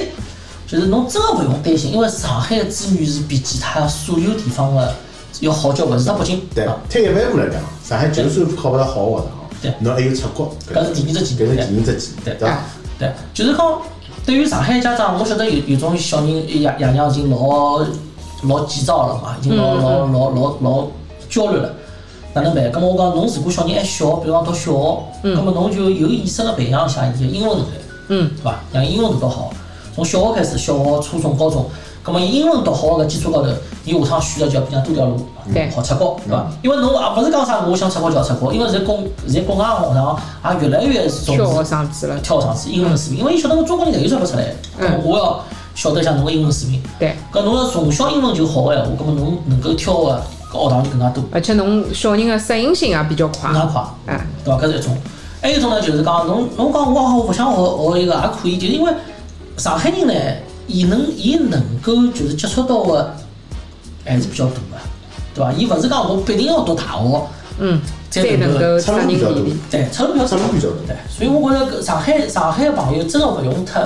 [SPEAKER 4] 就是侬真个勿用担心，因为上海的资源是比其他所有地方的要好交关，除脱北京，
[SPEAKER 3] 对
[SPEAKER 4] 啊，
[SPEAKER 3] 退一万步来讲，上海就算考勿到好学
[SPEAKER 4] 对
[SPEAKER 3] 堂，侬还有出国，
[SPEAKER 4] 搿是第二只建议
[SPEAKER 3] 搿是第二只建议，
[SPEAKER 4] 对啊
[SPEAKER 3] 对伐？
[SPEAKER 4] 对，就是讲，对于上海家长，我晓得有有种小人爷爷娘已经老老急躁了嘛，已经
[SPEAKER 2] 嗯
[SPEAKER 4] 老老老老老焦虑了。哪能办？咁么我讲，侬如果小人还小，比如讲读小学，咁么侬就有意识的培养一下伊个英文能力，
[SPEAKER 2] 嗯，
[SPEAKER 4] 对伐？让伊英文读得好，从小学开始，小学、初中、高中，咁么伊英文读好个基础高头，伊下趟选择就要比较多条路，
[SPEAKER 2] 对
[SPEAKER 4] 好出国，对伐？因为侬也勿是讲啥，我想出国就要出国，因为现在公现在国外学堂啊也越来越重
[SPEAKER 2] 小
[SPEAKER 4] 视
[SPEAKER 2] 学生子了，
[SPEAKER 4] 跳上去英文水平，因为伊晓得我中国人等于出不出来，
[SPEAKER 2] 嗯
[SPEAKER 4] 咁我要晓得一下侬个英文水平。
[SPEAKER 2] 对。
[SPEAKER 4] 搿侬要从小英文就好个闲哎话，搿么侬能够挑个学堂就更加多，
[SPEAKER 2] 而且侬小人的适应性也啊比较快
[SPEAKER 4] 更，加快，
[SPEAKER 2] 哎，
[SPEAKER 4] 对伐？搿是一种。还有一种呢，就是讲侬侬讲我好，我勿想学学一个也可以，就是因为上海人呢，伊能伊能够就是接触到个还是比较大个，对伐？伊勿是讲我必定要读大学，
[SPEAKER 2] 嗯，
[SPEAKER 4] 再
[SPEAKER 2] 再能
[SPEAKER 4] 能
[SPEAKER 2] 够
[SPEAKER 4] 够
[SPEAKER 2] 出人
[SPEAKER 3] 出人
[SPEAKER 2] 意
[SPEAKER 3] 意
[SPEAKER 2] 表
[SPEAKER 3] 表。
[SPEAKER 4] 对，出路比较
[SPEAKER 3] 出
[SPEAKER 4] 少
[SPEAKER 3] 路比较大
[SPEAKER 4] 对，所以我觉着上海上海的朋友真的勿用太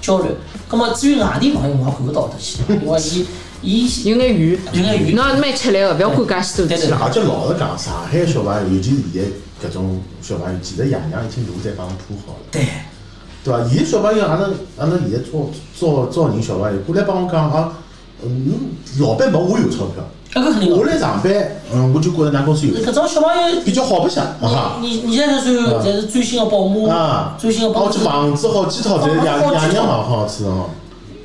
[SPEAKER 4] 焦虑。葛么至于外地朋友，我也看勿到得去，因为伊伊
[SPEAKER 2] 有眼远，
[SPEAKER 4] 有眼远
[SPEAKER 2] 侬也是蛮吃力的，不要管介许多事体
[SPEAKER 3] 而
[SPEAKER 2] 了。
[SPEAKER 3] 且老实讲，上海小朋友，尤其现在搿种小朋友，其实爷娘已经大在帮侬铺好了。
[SPEAKER 4] 对
[SPEAKER 3] 对伐？现在小朋友阿拉阿拉现在招招招人小朋友过来帮我讲啊，嗯，老板拨我有钞票，
[SPEAKER 4] 搿个肯定
[SPEAKER 3] 我
[SPEAKER 4] 个。
[SPEAKER 3] 来上班，嗯，我就觉着㑚公司有
[SPEAKER 4] 搿种小朋友，
[SPEAKER 3] 比较好白相，啊
[SPEAKER 4] 你你你现在算才是最新的保姆
[SPEAKER 3] 啊，，
[SPEAKER 4] 最新的保
[SPEAKER 3] 好
[SPEAKER 4] 姆
[SPEAKER 3] 几，房子好几套，侪爷爷娘嘛好吃哦，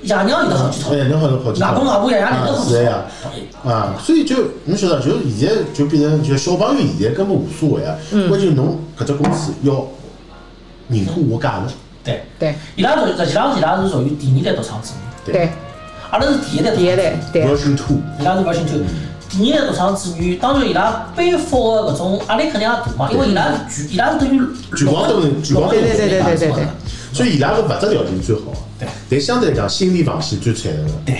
[SPEAKER 4] 爷娘有得好几套
[SPEAKER 3] 哎，，爷娘好好几套，
[SPEAKER 4] 外公外婆爷爷有得好哎
[SPEAKER 3] 是
[SPEAKER 4] 几
[SPEAKER 3] 的
[SPEAKER 4] 套
[SPEAKER 3] 呀。，啊，所以就侬晓得，就是现在就变成就小朋友现在根本无所谓啊，
[SPEAKER 2] 嗯
[SPEAKER 3] 关键侬搿只公司要认可我价值，
[SPEAKER 4] 对，
[SPEAKER 2] 对
[SPEAKER 4] 伊拉实际上伊拉是属于第二代独生子女，
[SPEAKER 2] 对，
[SPEAKER 4] 阿拉是第一代独
[SPEAKER 2] 第
[SPEAKER 4] 生
[SPEAKER 2] 一
[SPEAKER 4] 子女
[SPEAKER 2] 代，对，
[SPEAKER 3] version two，
[SPEAKER 4] 伊拉是勿清楚。第二代独生子女，当然伊拉背负的搿种压力肯定也大嘛，因为伊拉是全，伊拉是等于
[SPEAKER 3] 全广东人全广东
[SPEAKER 2] 对
[SPEAKER 3] 人
[SPEAKER 2] 对对对对对对，
[SPEAKER 3] 所以伊拉个物质条件最好
[SPEAKER 4] 对，
[SPEAKER 3] 但相对来讲心理防线最脆弱的。
[SPEAKER 4] 对，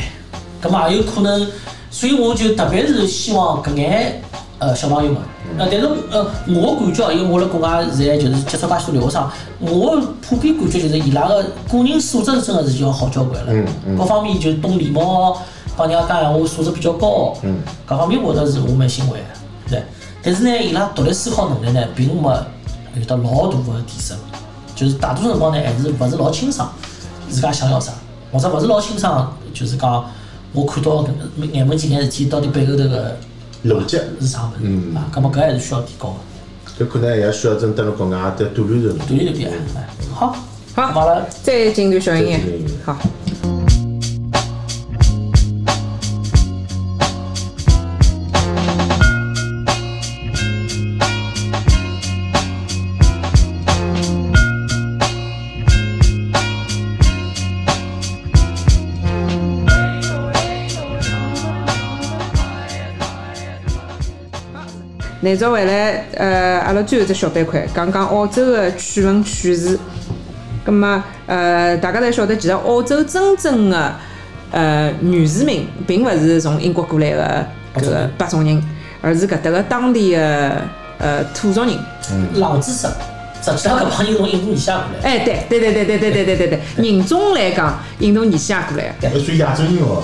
[SPEAKER 4] 咁嘛也有可能，所以我就特别是希望搿眼呃小朋友们，
[SPEAKER 3] 嗯
[SPEAKER 4] 呃，但是呃，我感觉啊，因为我辣国外现在就是接触介许多留学生，我普遍感觉就是伊拉个个人素质真的是要好交关了，
[SPEAKER 3] 嗯嗯
[SPEAKER 4] 各方面就懂礼貌，帮人家讲闲话素质比较高，
[SPEAKER 3] 嗯，
[SPEAKER 4] 搿方面我倒是我蛮欣慰的，对。但是呢，伊拉独立思考能力呢，并没有得老大个提升，就是大多数辰光呢，还是勿是老清爽自家想要啥，或者勿是老清爽，就是讲我看到搿眼眼门前眼事体到底背后头个
[SPEAKER 3] 逻辑
[SPEAKER 4] 是啥物事
[SPEAKER 3] 嗯
[SPEAKER 4] 啊？搿么搿还是需要提高的，
[SPEAKER 3] 搿可能也需要真蹲辣国外再锻炼锻炼。
[SPEAKER 4] 锻炼锻炼。哎好，
[SPEAKER 2] 好
[SPEAKER 4] 好了，
[SPEAKER 2] 再进段小音乐
[SPEAKER 3] 再进段音乐，
[SPEAKER 2] 好。难着回来，呃，阿拉最后一只小板块，讲讲澳洲的趣闻趣事。咁么，呃，大家侪晓得，其实澳洲真正的呃原住民，并勿是从英国过来的搿个白种人，而是搿搭个当地的呃土著人。嗯
[SPEAKER 4] 冷知识，实际上搿帮人从印度尼西亚过来，
[SPEAKER 2] 哎，对对对对对对对对对对，人种来讲，印度尼西亚过来的，
[SPEAKER 3] 还算亚洲人哦，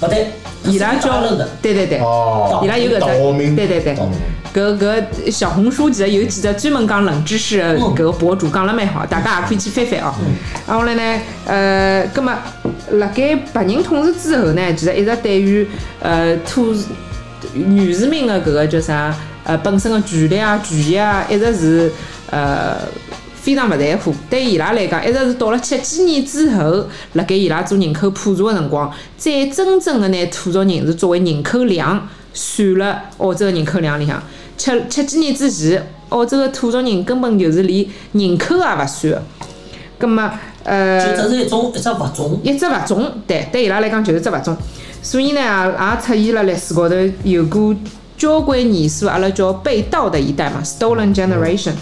[SPEAKER 4] 勿对，
[SPEAKER 2] 伊拉
[SPEAKER 4] 是
[SPEAKER 2] 叫
[SPEAKER 4] 人的，
[SPEAKER 2] 对对对，
[SPEAKER 3] 哦
[SPEAKER 2] 伊拉有搿
[SPEAKER 3] 岛
[SPEAKER 2] 只，
[SPEAKER 3] 民
[SPEAKER 2] 对对对
[SPEAKER 3] 岛民，
[SPEAKER 2] 搿搿小红书其实有几只专门讲冷知识的搿个博主讲了蛮好，大家也可以去翻翻哦。然后来呢，呃，葛么辣盖白人统治之后呢，其实一直对于呃土原住民的搿个叫啥呃本身的权利啊、权益啊，一直是呃。非常勿在乎，对伊拉来讲，一直是到了七几年之后，辣盖伊拉做人口普查的辰光，再真正的拿土著人是作为人口量算了澳洲的人口量里向。七七几年之前，澳洲的土著人根本就是连人口也勿啊算的。葛么，呃，
[SPEAKER 4] 就只是一种一只物种。
[SPEAKER 2] 一只物种，对，对伊拉来讲就是只物种。所以呢，也也出现了历史高头有过交关年数，阿拉叫被盗的一代嘛，stolen generation。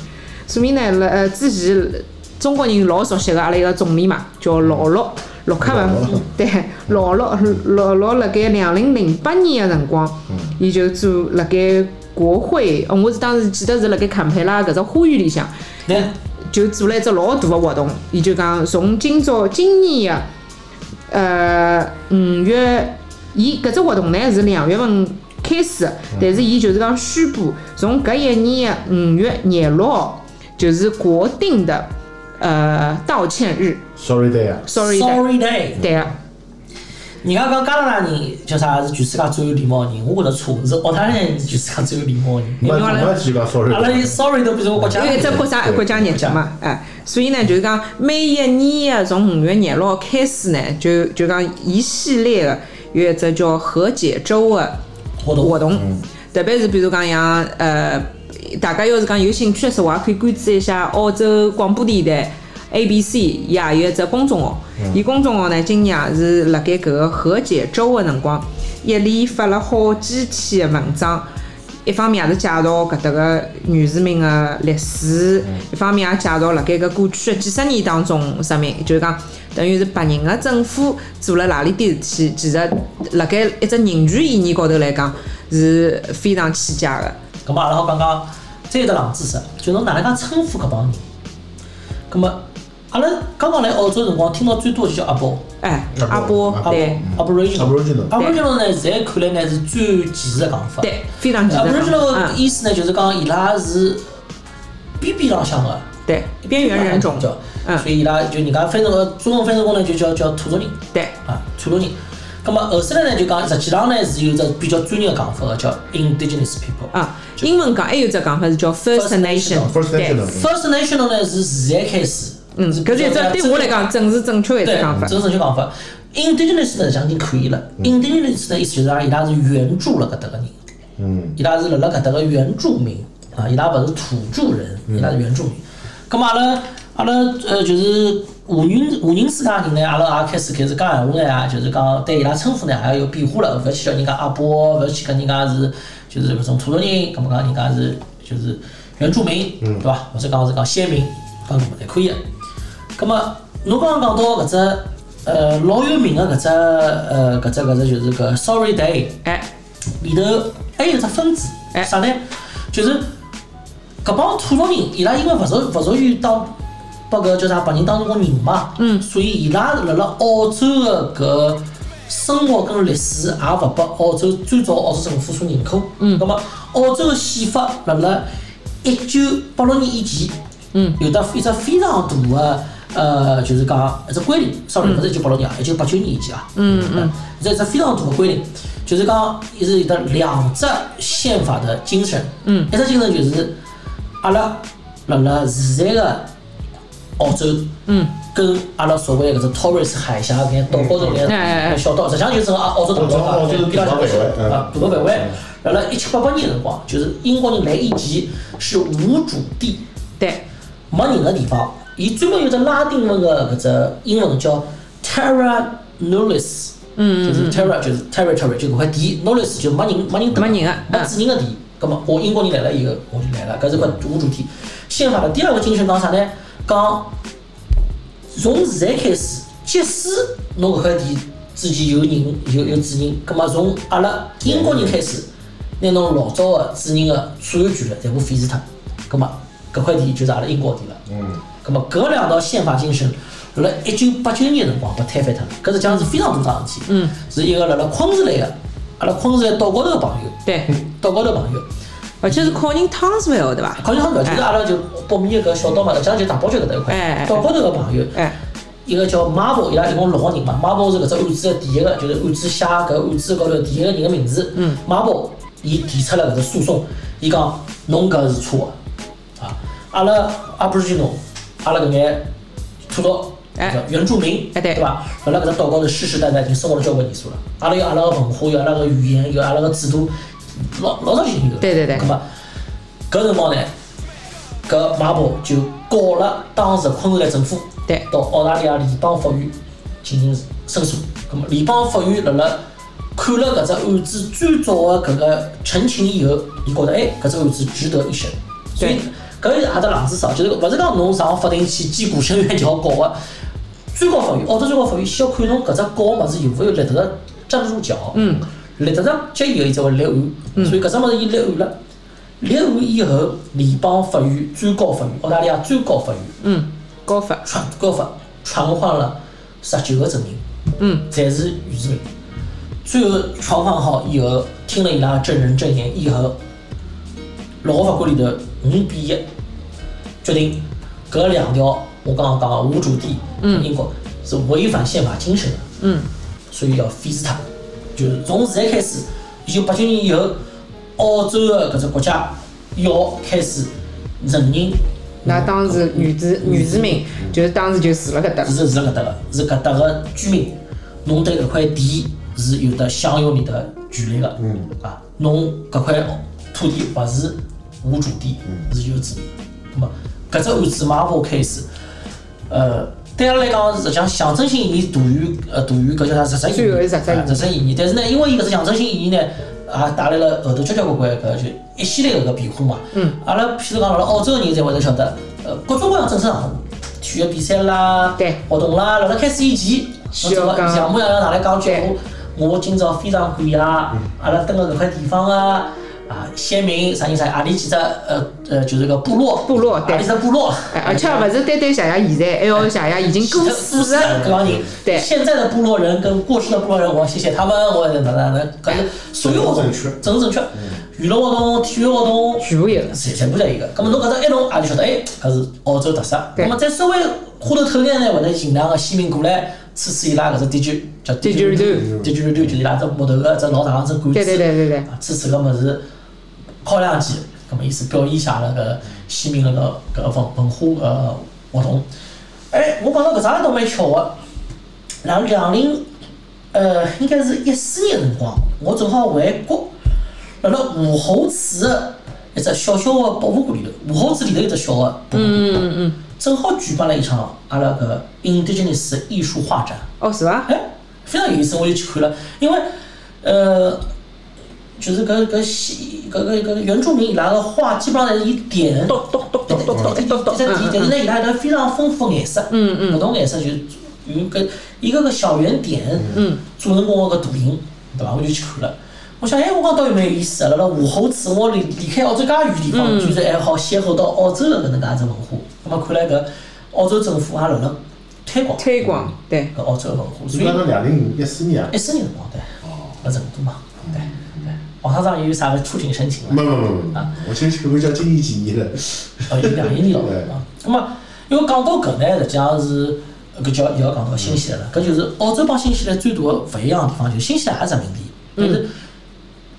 [SPEAKER 2] 所以呢，辣呃之前中国人老熟悉个阿拉一个总理嘛，叫老陆。陆克文
[SPEAKER 3] 老陆，
[SPEAKER 2] 对，老陆老陆辣盖两零零八年个辰光，伊就做辣盖国会，呃我是当时记得是辣盖堪培拉搿只花园里向，
[SPEAKER 4] 对，
[SPEAKER 2] 就做了一只老大个活动，伊就讲从今朝今年个呃五月，伊搿只活动呢是两月份开始的，但是伊就是讲宣布从搿一年个五月廿六号就是国定的呃道歉日
[SPEAKER 3] Sorry Day 啊，
[SPEAKER 2] ，sorry day，
[SPEAKER 4] Sorry Day。
[SPEAKER 2] 对啊，
[SPEAKER 4] 人家讲加拿大人叫啥是全世界最有礼貌的人，我觉着错，是澳大利亚人是全世界最有礼貌的人。
[SPEAKER 3] 没
[SPEAKER 2] 另外呢
[SPEAKER 3] 没去讲 Sorry
[SPEAKER 4] 阿拉
[SPEAKER 3] Day，
[SPEAKER 4] Sorry 都变成国家
[SPEAKER 2] 因为
[SPEAKER 4] 队
[SPEAKER 2] 只
[SPEAKER 4] 了。
[SPEAKER 2] 国家国家日节嘛，哎，所以呢就是讲每一年个从五月廿六号开始呢，就就讲一系列个有一只叫和解周啊个、
[SPEAKER 4] 活
[SPEAKER 2] 活
[SPEAKER 4] 动，嗯
[SPEAKER 2] 动，特别是比如讲像呃，大家要是讲有兴趣的时候，也可以关注一下澳洲广播电台 ABC，伊也有一只公众号。
[SPEAKER 4] 嗯
[SPEAKER 2] 伊公众号呢，今年也是辣盖搿个和解周的辰光，一连发了好几篇的文章。一方面也是介绍搿搭个原住民个历史，一方面也介绍辣盖搿过去个几十年当中，啥物就是讲等于是白人个政府做了哪里点事体，其实辣盖一只人权意义高头来讲是非常起家个。
[SPEAKER 4] 咁嘛阿拉好讲讲再一个冷知识，就侬哪能介称呼搿帮人。咁么阿拉刚刚来澳洲辰光，听到最多就叫阿宝。
[SPEAKER 2] 哎，
[SPEAKER 3] 阿
[SPEAKER 2] 阿
[SPEAKER 3] 波
[SPEAKER 2] 波
[SPEAKER 3] 阿波
[SPEAKER 2] 对
[SPEAKER 3] Aboriginal
[SPEAKER 4] Aboriginal，Aboriginal 呢，现在看来呢是最歧视的讲法。
[SPEAKER 2] 对，非常起家。
[SPEAKER 4] Aboriginal 的
[SPEAKER 2] 嗯，
[SPEAKER 4] 意思呢，就是讲伊拉是边边浪向的
[SPEAKER 2] 对，边缘人种，
[SPEAKER 4] 叫，
[SPEAKER 2] 嗯
[SPEAKER 4] 所以伊拉就人家翻译个中文翻译过呢，就叫叫土著人
[SPEAKER 2] 对，
[SPEAKER 4] 啊，土著人。咁么后世来呢，就讲实际上呢是有只比较专业的讲法的，叫 Indigenous people。
[SPEAKER 2] 啊，英文讲还有只讲法是叫 First
[SPEAKER 4] First
[SPEAKER 2] Nation，
[SPEAKER 3] First
[SPEAKER 2] 对，
[SPEAKER 3] National
[SPEAKER 4] First National 呢是现在开始，
[SPEAKER 2] 嗯，搿是一只对我来讲正是正确的一只
[SPEAKER 4] 对，
[SPEAKER 2] 讲法嗯
[SPEAKER 4] 这。是正确讲法。Indigenous 呢讲已经可以了，Indigenous 呢意思就是讲伊拉是原住了搿搭个人，
[SPEAKER 3] 嗯，
[SPEAKER 4] 伊拉是辣辣搿搭个原住民啊，伊拉勿是土著人，伊拉是原住民。咁嘛阿拉阿拉呃就是华人华人世界人呢，阿拉也开始开始讲闲话呢，就是讲对伊拉称呼呢也有变化了，勿要去叫人家阿伯，勿要去跟人家是就是搿种土著人，咁么讲人家是就是原住民，对伐？或者讲是讲先民，讲什么侪可以的。咁么侬刚刚讲到搿只呃老有名个搿只呃搿只搿只就是搿 Sorry Day。
[SPEAKER 2] 哎，
[SPEAKER 4] 里头还有一只分支，
[SPEAKER 2] 哎
[SPEAKER 4] 啥呢？就是搿帮土著人，伊拉因为勿属勿属于当把搿叫啥白人当成工人嘛，嗯，所以伊拉辣辣澳洲的搿生活跟历史也勿拨澳洲最早澳洲政府所认可，嗯，那么澳洲的宪法辣辣一九八六年以前，嗯，有得一只非常大的。呃，就是讲一只规定，sorry，勿是一九八六年啊，一九八九年以前啊，嗯嗯，这一只非常大的规定，就是讲伊是有得两只宪法的精神，嗯，一只精神就是阿拉辣辣现在的澳洲，嗯，跟阿拉所谓的搿只 Torres 海峡搿眼岛高头搿
[SPEAKER 2] 哎哎
[SPEAKER 4] 眼
[SPEAKER 2] 哎
[SPEAKER 4] 小岛，实际上就是整个澳洲大岛
[SPEAKER 3] 澳洲
[SPEAKER 4] 比拉
[SPEAKER 3] 大
[SPEAKER 4] 小
[SPEAKER 3] 范围嗯
[SPEAKER 4] 啊，大个范围。辣辣一七八八年的辰光，就是英国人来以前是无主地，
[SPEAKER 2] 对，
[SPEAKER 4] 没人的地方，伊专门有只拉丁文的搿只英文叫 Terra Nullis，嗯，就是 Terra 就是 territory 就搿块地，Nullis 就没人没人
[SPEAKER 2] 没人
[SPEAKER 4] 啊
[SPEAKER 2] 的
[SPEAKER 4] 没
[SPEAKER 2] 嗯
[SPEAKER 4] 主人的地。葛末我英国人来了以后，我就来了，搿是块无主体。宪法的第二个精神讲啥呢？讲从现在开始，即使侬搿块地之前有人有有主人，葛末从阿拉英国人开始，拿侬老早的主人的所有权了全部废除脱，葛末搿块地就是阿拉英国地了。嗯。葛末搿两道宪法精神，辣一九八九年辰光被推翻脱了，搿实际上是非常大桩事体。嗯。是一个辣辣昆士兰个，阿拉昆士兰岛高头个朋友，嗯
[SPEAKER 2] 对，
[SPEAKER 4] 岛高头朋友。
[SPEAKER 2] 而且是靠近 Townsville 对伐？
[SPEAKER 4] 考虑好了，就是阿拉就北面搿小岛嘛，实际上就大堡礁搿搭一块
[SPEAKER 2] 哎，
[SPEAKER 4] 岛高头个朋友，
[SPEAKER 2] 哎，
[SPEAKER 4] 一个叫 Marble，伊拉一共六个人嘛，Marble 是搿只案子的第一个，就是案子写搿案子高头第一个人的名字。嗯，Marble 伊提出了搿只诉讼，伊讲侬搿是错的，啊，阿拉阿不是去侬，阿拉搿眼土著。
[SPEAKER 2] 哎
[SPEAKER 4] 叫原住民，
[SPEAKER 2] 哎对
[SPEAKER 4] 对伐？辣辣搿只岛高头世世代代已经生活了交关年数了。阿拉有阿拉个文化，有阿拉个语言，有阿拉个制度，老老早就已经有了。
[SPEAKER 2] 对对对
[SPEAKER 4] 咁么，搿辰光呢，搿马博就告了当时昆士兰政府，
[SPEAKER 2] 对
[SPEAKER 4] 到澳大利亚联邦法院进行申诉。咁么，联邦法院辣辣看了搿只案子最早的搿个陈情以后，伊觉得哎，搿只案子值得一审，所以搿也是阿只冷知识啊，就是勿是讲侬上法庭去击鼓申冤就好搞个。最高法院，澳洲最高法院先要看侬搿只告物事有勿有立得上站得住脚，嗯，立得上脚以后，伊才会立案。所以搿只物事伊立案了，立案以后，联邦法院、最高法院、澳大利亚最高法院
[SPEAKER 2] 嗯，高法，
[SPEAKER 4] 传高法传唤了十九个证人，
[SPEAKER 2] 嗯，
[SPEAKER 4] 侪是余志伟。最后传唤好以后，听了伊拉证人证言以后，六个法官里头五比一决定，搿两条我刚刚讲的无主地，嗯，英国是违反宪法精神的，
[SPEAKER 2] 嗯，
[SPEAKER 4] 所以要废除它。就是从现在开始，一九八九年以后，澳洲的搿只国家要开始承认
[SPEAKER 2] 那当时女子女市民就是当时就住了搿搭，
[SPEAKER 4] 是是搿搭个，是搿搭个居民，侬对搿块地是有得享有你的权利个，嗯啊，侬搿块土地勿是无主地，
[SPEAKER 2] 嗯
[SPEAKER 4] 是有主地。那么搿只案子 Marvel case，呃，对阿拉来讲，实际上象征性意义大于呃大于搿叫啥实质意义，
[SPEAKER 2] 最后是实质意义
[SPEAKER 4] 啊实质意义。但是呢，因为伊搿只象征性意义呢，也带来了后头交交关关搿就一系列搿个变化嘛。嗯。阿拉譬如讲，阿拉澳洲人侪会得晓得，呃，各种各样正式场合，体育比赛啦，
[SPEAKER 2] 对
[SPEAKER 4] 活动啦，辣辣开始以前，侬
[SPEAKER 2] 需要
[SPEAKER 4] 怎么
[SPEAKER 2] 讲
[SPEAKER 4] 像模像样哪来讲句
[SPEAKER 2] 对？
[SPEAKER 4] 我我今朝非常感谢阿拉蹲个搿块地方啊。啊，先民啥人啥人，阿里几只呃呃，就是个部落，
[SPEAKER 2] 部落对
[SPEAKER 4] 阿里只部落，
[SPEAKER 2] 哎而且勿是单单谢谢现在，哎还要谢谢已经过世
[SPEAKER 4] 搿帮
[SPEAKER 2] 的，
[SPEAKER 4] 人，
[SPEAKER 2] 对
[SPEAKER 4] 现在的部落人跟过去的部落人，我谢谢他们，我哪哪哪，搿是所有活动
[SPEAKER 3] 政治正确
[SPEAKER 4] 政治正确，娱乐活动、体育活动，
[SPEAKER 2] 全部有。
[SPEAKER 4] 全全部在一个。咁么侬搿只一弄，也就晓得，哎，搿是澳洲特色。
[SPEAKER 2] 对
[SPEAKER 4] 咁么再稍微花头头眼呢，会得尽量个先民过来吹吹伊拉搿只 d j 叫 d j
[SPEAKER 2] Didgeridoo
[SPEAKER 4] d j 就是伊拉只木头个只老长只管子，
[SPEAKER 2] 对对对对对，
[SPEAKER 4] 啊，吹吹搿物事，敲两记，咁么意思表演一下那个西民那个搿文文化呃活动。哎，我讲到搿桩倒蛮巧个，两两零呃应该是一四年的辰光，我正好回国，辣辣武侯祠的一只小小的博物馆里头，武侯祠里头有一只小的博物馆，
[SPEAKER 2] 嗯嗯嗯，
[SPEAKER 4] 正好举办了一场阿拉搿 indigenous 的艺术画展。
[SPEAKER 2] 哦是伐？
[SPEAKER 4] 哎，非常有意思，我就去看了，因为呃，就是搿搿西搿搿搿原住民伊拉个画，基本上侪是以点
[SPEAKER 2] 咚咚咚咚咚咚咚咚
[SPEAKER 4] 但是但是呢，伊拉有得非常丰富的颜色，
[SPEAKER 2] 嗯嗯
[SPEAKER 4] 勿同颜色就是有搿一个个小圆点，
[SPEAKER 2] 嗯，
[SPEAKER 4] 做成功个搿图形，对伐？我就去看了。我想，哎，我讲倒也蛮有意思的，辣辣武侯祠，我离离开澳洲介远地方，居然还好邂逅到澳洲的搿能介只文化。那么看来搿澳洲政府也辣辣推广
[SPEAKER 2] 推广对，
[SPEAKER 4] 搿澳洲的文化，
[SPEAKER 3] 所
[SPEAKER 4] 所
[SPEAKER 3] 以
[SPEAKER 4] 以
[SPEAKER 3] 讲，两零一四年啊
[SPEAKER 4] 一，四年辰光对，
[SPEAKER 2] 哦
[SPEAKER 4] 辣成都嘛，对对。哦网上上有啥个出境申请
[SPEAKER 3] 没
[SPEAKER 4] 了，
[SPEAKER 3] 没没没，我其实看过叫今年几年了，
[SPEAKER 4] 哦，有两一
[SPEAKER 2] *laughs*
[SPEAKER 4] 年了啊。那么，因为讲到搿呢，实际上是搿叫也要讲到新西兰了，搿就是澳洲帮新西兰最大的勿一样的地方，就是新西兰也是殖民地，
[SPEAKER 2] 嗯
[SPEAKER 4] 但是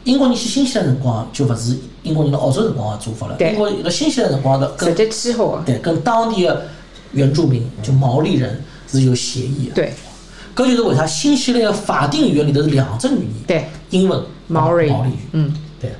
[SPEAKER 4] 英国人去新西兰辰光就勿是英国人辣澳洲辰光个做法了，
[SPEAKER 2] 对
[SPEAKER 4] 英国人辣新西兰辰光的
[SPEAKER 2] 直
[SPEAKER 4] 跟
[SPEAKER 2] 接签好的，
[SPEAKER 4] 对跟当地的原住民就毛利人是有协议的，
[SPEAKER 2] 对
[SPEAKER 4] 搿就是为啥新西兰的法定语言里头是两只语言。
[SPEAKER 2] 对，
[SPEAKER 4] 英文
[SPEAKER 2] 毛利
[SPEAKER 4] 毛利语，
[SPEAKER 2] 嗯，
[SPEAKER 4] 对。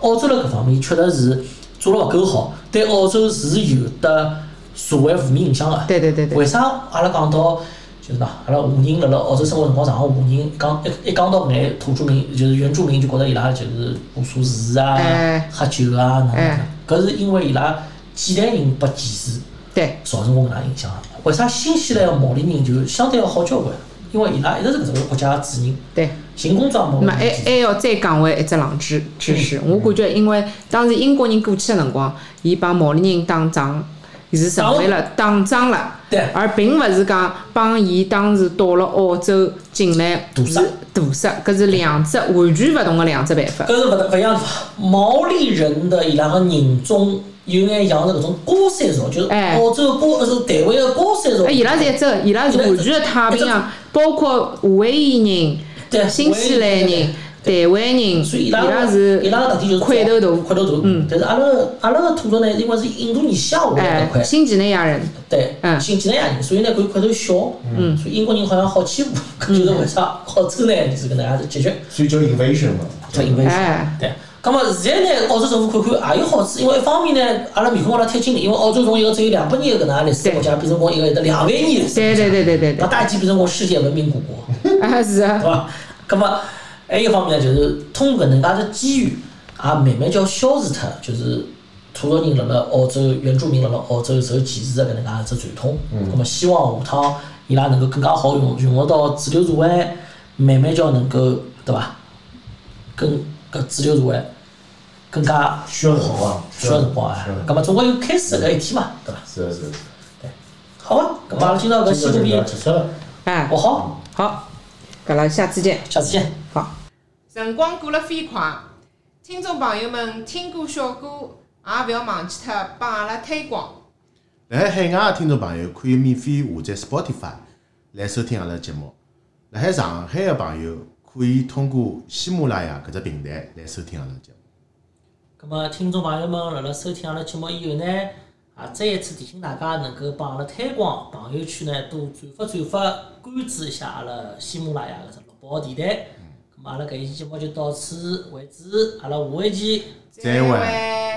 [SPEAKER 4] 澳洲辣搿方面确实是做了勿够好，对澳洲是有得社会负面影响个。啊
[SPEAKER 2] 对对对对
[SPEAKER 4] 为啥阿拉讲到就是喏，阿拉华人辣辣澳洲生活辰光长，华人讲一一讲到搿眼土著民，就是原住民，就觉着伊拉就是无所事事啊
[SPEAKER 2] 哎，
[SPEAKER 4] 喝酒啊，哪能哪
[SPEAKER 2] 哎
[SPEAKER 4] 能。搿是因为伊拉几代人被歧视。
[SPEAKER 2] 对
[SPEAKER 4] 造成我搿能影响。为啥新西兰个毛利人就相对要好交关？因为伊拉一直是搿只国家个主人，
[SPEAKER 2] 对。
[SPEAKER 4] 寻工作也毛利
[SPEAKER 2] 那么哎
[SPEAKER 4] 人
[SPEAKER 2] 还
[SPEAKER 4] 主
[SPEAKER 2] 还要再讲回一只冷知知识，
[SPEAKER 4] 嗯
[SPEAKER 2] 我感觉因为当时英国人过去的辰光，伊帮毛利人打仗，是成为了打仗了，
[SPEAKER 4] 对
[SPEAKER 2] 而并勿是讲帮伊当时到了澳洲进来
[SPEAKER 4] 屠杀
[SPEAKER 2] 是屠杀，搿是两只完全勿同的两只办法。
[SPEAKER 4] 搿是勿勿一样的。毛利人的伊拉个人种有眼像是搿种高山族，就是
[SPEAKER 2] 哎
[SPEAKER 4] 澳洲高呃是台湾个高山族。
[SPEAKER 2] 哎，伊拉是一只，伊拉是完全的太平洋，包括夏威夷
[SPEAKER 4] 对
[SPEAKER 2] 人、新西兰
[SPEAKER 4] 夏威夷
[SPEAKER 2] 人台湾人，
[SPEAKER 4] 人、所以
[SPEAKER 2] 伊
[SPEAKER 4] 伊拉
[SPEAKER 2] 拉
[SPEAKER 4] 个
[SPEAKER 2] 是
[SPEAKER 4] 伊拉个特点就是
[SPEAKER 2] 块头大，
[SPEAKER 4] 块头大。
[SPEAKER 2] 嗯
[SPEAKER 4] 但是阿拉个阿拉个土著呢，因为是印度尼西亚下来
[SPEAKER 2] 哎
[SPEAKER 4] 搿块，，
[SPEAKER 2] 新几内亚人，
[SPEAKER 4] 对，
[SPEAKER 2] 嗯
[SPEAKER 4] 新几内亚人，所以呢，搿块头小，嗯，所以英国人好像好欺负，搿就是
[SPEAKER 2] 嗯
[SPEAKER 4] 为啥澳洲呢就是搿能样子解决。
[SPEAKER 3] 所以叫 invasion 嘛，
[SPEAKER 4] 叫 i n v
[SPEAKER 2] 哎
[SPEAKER 4] 对。咁么现在呢，澳洲政府看看也有好处，因为一方面呢，阿拉面孔阿拉贴近点，因为澳洲从一个只有两百年的搿能介历史
[SPEAKER 2] 对
[SPEAKER 4] 国家，变成讲一个有得两万年的历史
[SPEAKER 2] 对对对对对
[SPEAKER 4] 国家，把
[SPEAKER 2] 对，
[SPEAKER 4] 大体变成讲世界文明古国，
[SPEAKER 2] 啊是啊
[SPEAKER 4] *laughs* 对。伐？咁么啊还有一方面呢，就是通过搿能介的机遇，也慢慢叫消除脱，就是楚族人辣辣澳洲，原住民辣辣澳洲受歧视的搿能介一只传统。嗯。么希望下趟伊拉能够更加好融融入到主流社会，慢慢叫能够对伐？跟搿主流社会更加
[SPEAKER 3] 需要辰光，
[SPEAKER 4] 需要辰光啊
[SPEAKER 3] 需要辰。
[SPEAKER 4] 搿
[SPEAKER 3] 光
[SPEAKER 4] 么总归有开始搿一天嘛，对伐？
[SPEAKER 3] 是啊的是的。
[SPEAKER 4] 好啊，搿么阿拉今朝搿西部片
[SPEAKER 3] 结束了。
[SPEAKER 2] 哎
[SPEAKER 4] 哦，好，
[SPEAKER 2] 好，搿拉下次见，
[SPEAKER 4] 下次见。
[SPEAKER 2] 好。
[SPEAKER 6] 辰光过了飞快，听众朋友们听过小歌，也勿要忘记脱帮阿拉推广。
[SPEAKER 3] 辣海海外的听众朋友可以免费下载 Spotify 来收听阿拉节目。辣海上海的朋友可以通过喜马拉雅搿只平台来收听阿拉节目。
[SPEAKER 4] 咁么，听众朋友们，辣辣收听阿拉节目以后呢，啊，再一次提醒大家能够帮阿拉推广朋友圈呢，多转发转发，关注一下阿拉喜马拉雅搿只六宝电台。咁么阿拉搿一期节目就到此为止，阿拉下一期
[SPEAKER 3] 再会。
[SPEAKER 6] 拜。